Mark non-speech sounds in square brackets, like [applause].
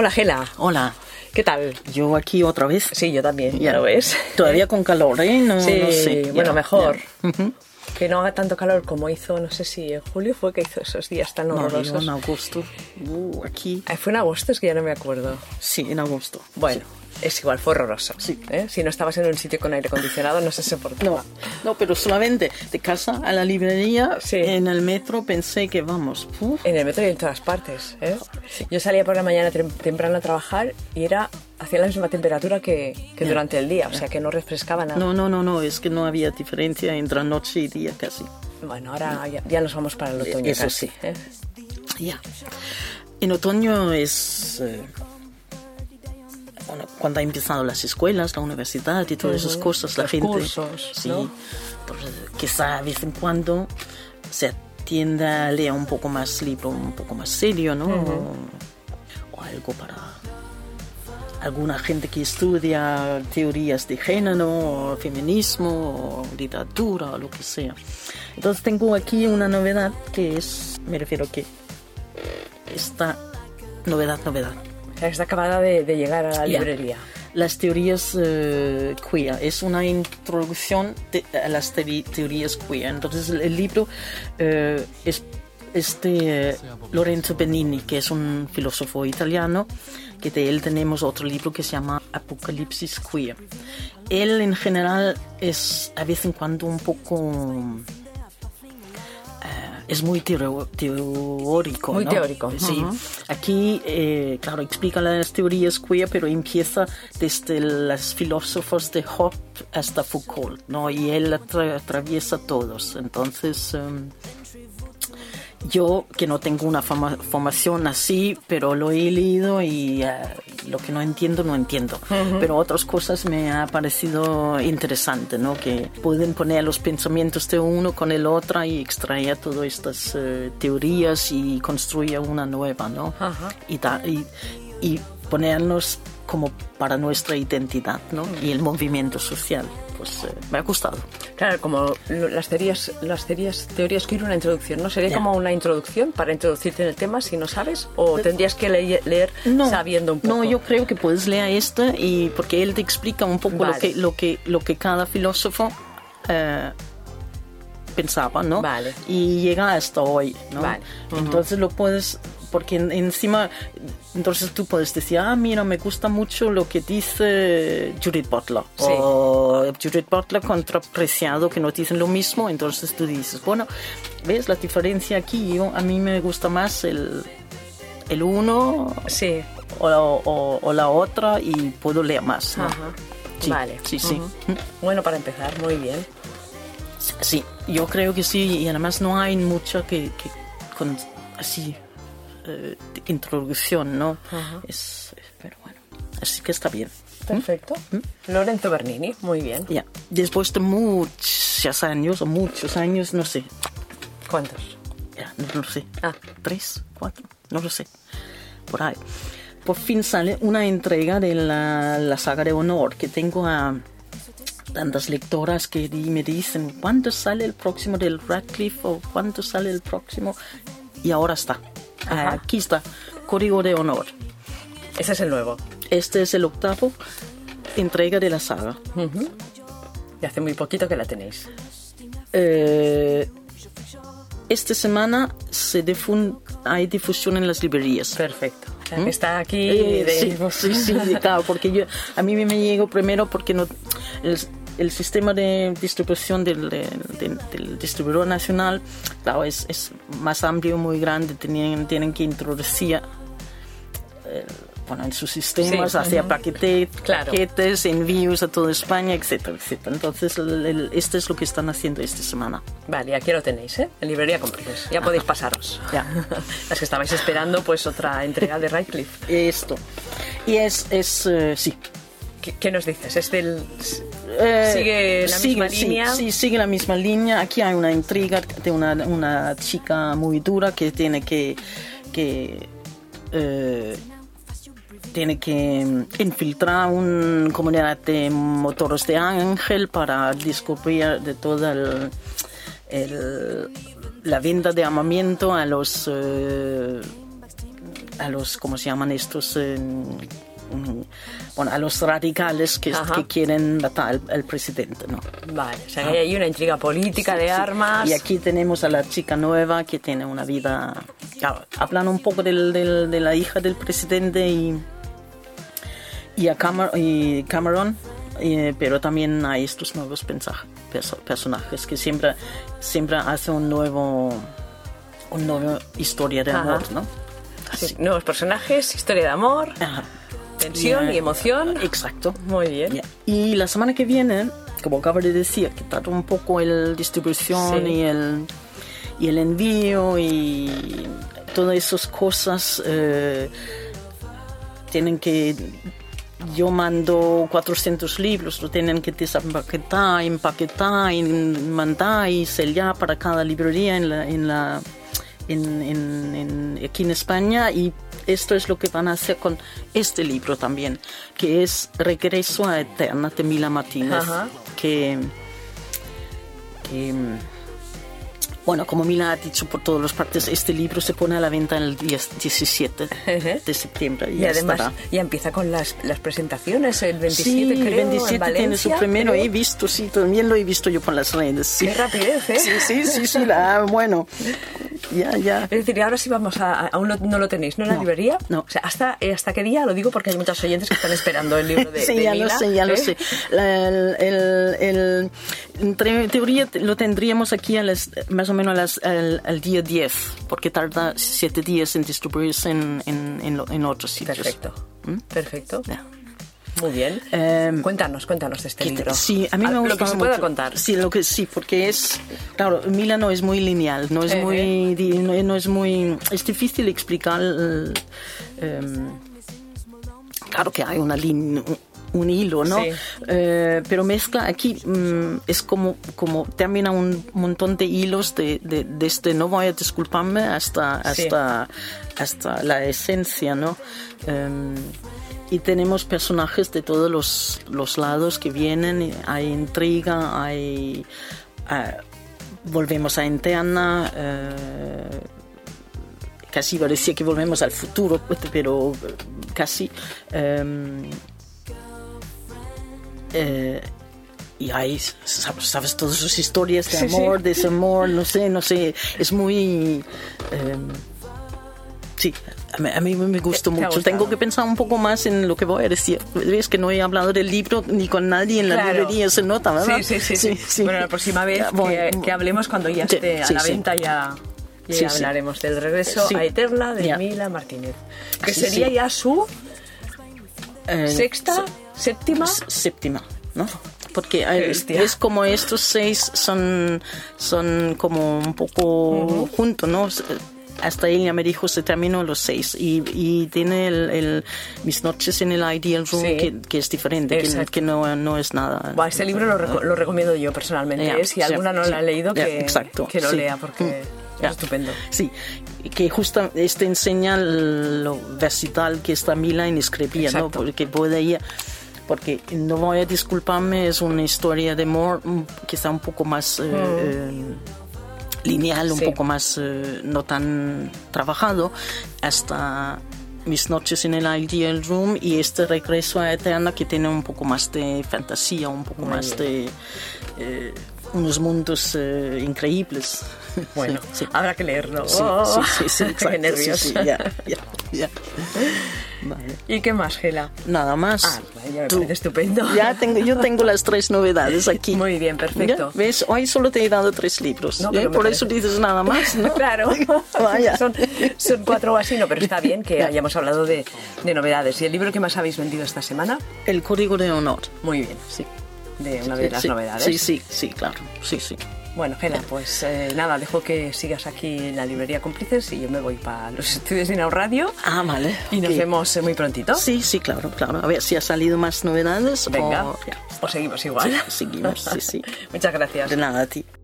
Hola, Gela. Hola, ¿Qué tal? yo aquí otra vez. Sí, yo también, Ya. ya lo ves. Todavía con calor, ¿eh? No, Sí, no sé. Ya, bueno, mejor. ya. Ujú. Que no haga tanto calor como hizo, no sé si en julio fue que hizo esos días tan No, digo, horrorosos. en agosto. Uh, aquí. Eh, Fue en agosto, es que ya no me acuerdo. Sí, en agosto. Bueno, es igual, fue horroroso. Sí. ¿eh? Si no estabas en un sitio con aire acondicionado, no se soportaba. No, no, pero solamente de casa a la librería, Sí. en el metro pensé que vamos. uf, En el metro y en todas partes. ¿eh? Yo salía por la mañana tem- temprano a trabajar y era hacía la misma temperatura que, que durante el día, o sea que no refrescaba nada. No, no, no, no, es que no había diferencia entre noche y día casi. Bueno, ahora ya, ya nos vamos para el otoño. Eso casi, sí. ¿eh? Ya. En otoño es. eh, bueno, cuando han empezado las escuelas, la universidad y todas esas Ujú. cosas, la Los gente. cursos, sí. ¿no? pues, eh, quizá de vez en cuando se atienda a leer un poco más libro, un poco más serio, ¿no? o, o algo para. Alguna gente que estudia teorías de género, o feminismo, o literatura, o lo que sea. Entonces tengo aquí una novedad que es, me refiero que esta novedad, novedad. O sea, está acabada de, de llegar a la Ya. librería. Las teorías eh, queer. Es una introducción de- a las teori- teorías queer. Entonces el, el libro eh, es este Lorenzo Benini, que es un filósofo italiano, que de él tenemos otro libro que se llama Apocalipsis Queer. Él en general es a vez en cuando un poco eh, es muy teo- teórico. Muy ¿no? teórico, Sí. ujú. Aquí, eh, claro, explica las teorías queer, pero empieza desde los filósofos de Hobbes hasta Foucault, ¿no? Y él atra- atraviesa todos. Entonces. em, yo, que no tengo una forma- formación así, pero lo he leído y eh, lo que no entiendo, no entiendo. Pero otras cosas me ha parecido interesante, ¿no? Que pueden poner los pensamientos de uno con el otro y extraer todas estas eh, teorías y construir una nueva, ¿no? Ajá. Y, da- y- y ponernos como para nuestra identidad, ¿no? Y el movimiento social. Pues eh, me ha gustado. Claro, como lo- las teorías, las teorías, teorías que ir una introducción, ¿no? ¿Sería Ya. como una introducción para introducirte en el tema si no sabes? ¿O tendrías que leye- leer sabiendo un poco? No, yo creo que puedes leer esta y porque él te explica un poco Vale. lo que lo que lo que cada filósofo eh, pensaba, ¿no? Vale. Y llega hasta hoy, ¿no? Vale. Ujú. Entonces lo puedes porque en- encima entonces tú puedes decir, ah, mira, me gusta mucho lo que dice Judith Butler Sí. o Judith Butler contra Preciado que no dicen lo mismo, entonces tú dices, bueno, ves la diferencia aquí, Yo- a mí me gusta más el el uno Sí, o la, o- o la otra y puedo leer más. ¿no? ajá. Sí, vale. Sí, ¿Mm? sí. Ujú. Bueno, para empezar, muy bien. Sí, yo creo que sí, y además no hay mucho que, que con así eh, de introducción, ¿no? Ajá. Es, pero bueno, así que está bien. Perfecto. ¿Mm? Lorenzo Bernini, muy bien. Ya, después de muchos años, o muchos años, no sé, ¿Cuántos? ya, no lo sé, Ah. tres, cuatro, no lo sé, por ahí. Por fin sale una entrega de la, la saga de honor que tengo a tantas lectoras que di- me dicen cuándo sale el próximo del Radcliffe o cuándo sale el próximo y ahora está, Eh, Ajá. aquí está, Código de Honor. Ese es el nuevo. Este es el octavo entrega de la saga. Ujú. Y hace muy poquito que la tenéis. Eh, esta semana se difun- hay difusión en las librerías. Perfecto. O sea, que Está aquí ¿Mm? Eh, de- sí, sí, sí, claro, porque yo, a mí me llegó primero porque no, el, el sistema de distribución del, de- del- del distribuidor nacional, claro, es, es más amplio, muy grande, tienen, tienen que introducir eh, bueno, en sus sistemas, Sí, hacia ujú. paquete- Claro. paquetes, envíos a toda España, etcétera, etcétera. Entonces, el- el- esto es lo que están haciendo esta semana. Vale, y aquí lo tenéis, ¿eh? En librería Cómplices. Ya podéis [laughs] pasaros. Ya. [laughs] Las que estabais esperando, pues otra entrega de Radcliffe. Esto. Y es, es eh, sí, ¿Qué, qué nos dices? ¿Es del...? Eh, ¿Sigue la misma sí, línea? Sí, sigue la misma línea. Aquí hay una intriga de una, una chica muy dura que tiene que, que eh, tiene que mm, infiltrar una comunidad de motores de ángel para descubrir de toda el- el- la venta de armamento a los eh, a los, ¿cómo se llaman estos? En, en- bueno, a los radicales que, Ajá. que quieren matar al, al presidente, ¿no? Vale, o sea que hay ahí una intriga política Sí, de sí. armas. Y aquí tenemos a la chica nueva que tiene una vida. Claro, hablan un poco del- del- de la hija del presidente y, y a Camer- y Cameron, eh, pero también hay estos nuevos pensa- perso- personajes que siempre, siempre hace un nuevo. Una nueva historia de Ajá. amor, ¿no? Sí, Nuevos personajes, historia de amor, Ajá. tensión y emoción. Exacto. Muy bien. Ya. Y la semana que viene, como acabo de decir, que trata un poco el distribución Sí. y, el, y el envío y todas esas cosas, eh, tienen que... Yo mando 400 libros, lo tienen que desempaquetar, empaquetar, y mandar y sellar para cada librería en la, en la, en, en- en- aquí en España y esto es lo que van a hacer con este libro también, que es Regreso a Eterna de Mila Martínez, Ajá. que, que, bueno, como Mila ha dicho por todas las partes, este libro se pone a la venta el 10 17 de septiembre y, Y además estará. ya empieza con las, las presentaciones, el 27 sí, creo, el en 27 Valencia. tiene su primero, creo. he visto, sí, también lo he visto yo por las redes. Sí. Qué rapidez, ¿eh? Sí, sí, sí, sí, la, ah, bueno, ya, ya. Es decir, ahora sí vamos a... a- Aún no, no lo tenéis, ¿no? En la No, librería. no. O sea, hasta, eh, ¿hasta qué día? Lo digo porque hay muchos oyentes que están esperando el libro de, [laughs] sí, de ya Mila, lo sé, ya lo ¿eh? sé. La- el- el- el- en tre- en teoría te- lo tendríamos aquí a las- más o menos a las- al, al día 10, porque tarda 7 días en distribuirse en, en, en lo- en otros sitios. Perfecto. Perfecto. ¿Mm? Ya. Muy bien. Em, cuéntanos, cuéntanos de este que te- libro. Sí, a mí me Lo gusta que se mucho. pueda contar. Sí, lo que sí, porque es claro, Mila no es muy lineal, no es Ejé. muy di- no, no es muy es difícil explicar eh, em, claro que hay una lin- un- un hilo, ¿no? Sí. Eh, pero mezcla aquí mm, es como como termina un montón de hilos de, de- desde no voy a disculparme hasta Sí. hasta hasta la esencia, ¿no? Em, y tenemos personajes de todos los, los lados que vienen, hay intriga, hay... ah, volvemos a interna, eh, casi parecía que volvemos al futuro, pero casi... em, eh, y ahí sabes, sabes todas sus historias de Sí, sí. amor, desamor, no sé, no sé, es muy... em, Sí, a mí, a mí me gustó Te- te ha mucho. gustado. Tengo que pensar un poco más en lo que voy a decir. Ves que no he hablado del libro ni con nadie en la Claro. librería, se nota, ¿verdad? Sí, sí, sí, sí. Bueno, la próxima vez Ya, voy- que, que hablemos cuando ya Sí, esté sí, a la sí. venta ya, ya Sí, sí. hablaremos del regreso Sí. a Eterna de Ya. Mila Martínez. Que Sí, sería sí. ya su Eh, sexta, séptima. s- séptima, ¿no? Porque hay- es, Bestia. es como estos seis son, son como un poco juntos, ¿no? S- Hasta ella me dijo, se terminó los seis. Y, y tiene el, el- Mis noches en el Ideal Room, Sí. que, que es diferente, que, Exacto. que no, no es nada. Buah, este libro lo, reco- lo recomiendo yo personalmente. Ya, ¿eh? Si sí, alguna no sí, lo ha leído, ya, que, exacto, que lo sí. lea porque Mm, es ya. estupendo. Sí, que justo este enseña lo versatil que está Mila en escribir, ¿no? Exacto. Porque puede ir, porque no voy a disculparme, es una historia de amor mm, que está un poco más eh, eh, lineal, un Mm. Sí. poco más eh, no tan trabajado, hasta mis noches en el ideal room y este regreso a Eterna que tiene un poco más de fantasía, un poco más de eh, unos mundos eh, increíbles. Bueno, [laughs] Sí, sí. habrá que leerlo. Sí, Oh, sí, sí, [laughs] sí, [laughs] exacto, Qué sí, nervios. sí, ya, ya, ya. Vale. ¿Y qué más, Gela? Nada más. Ah, vale, ya me Tú. parece estupendo. Ya tengo, yo tengo las tres novedades aquí. Muy bien, perfecto. Ya, ¿Ves? Hoy solo te he dado tres libros. No, ¿eh? pero me Por eso dices nada más, ¿no? [laughs] Claro, [laughs] Vaya. Son, son cuatro o así, no, pero está bien que hayamos hablado de, de novedades. ¿Y el libro que más habéis vendido esta semana? El código de honor. Muy bien, Sí. de una de las sí, novedades. Sí, sí, sí, claro. Sí, sí. Bueno, Gela, pues eh, nada, dejo que sigas aquí en la librería Cómplices y yo me voy para los [laughs] estudios de Inau Radio Ah, vale. y nos Ok. vemos eh, muy prontito. Sí, sí, claro, claro. A ver si ha salido más novedades. Venga, O... Oh, ya. o seguimos igual. Sí, seguimos, sí, sí. Muchas gracias. De nada a ti.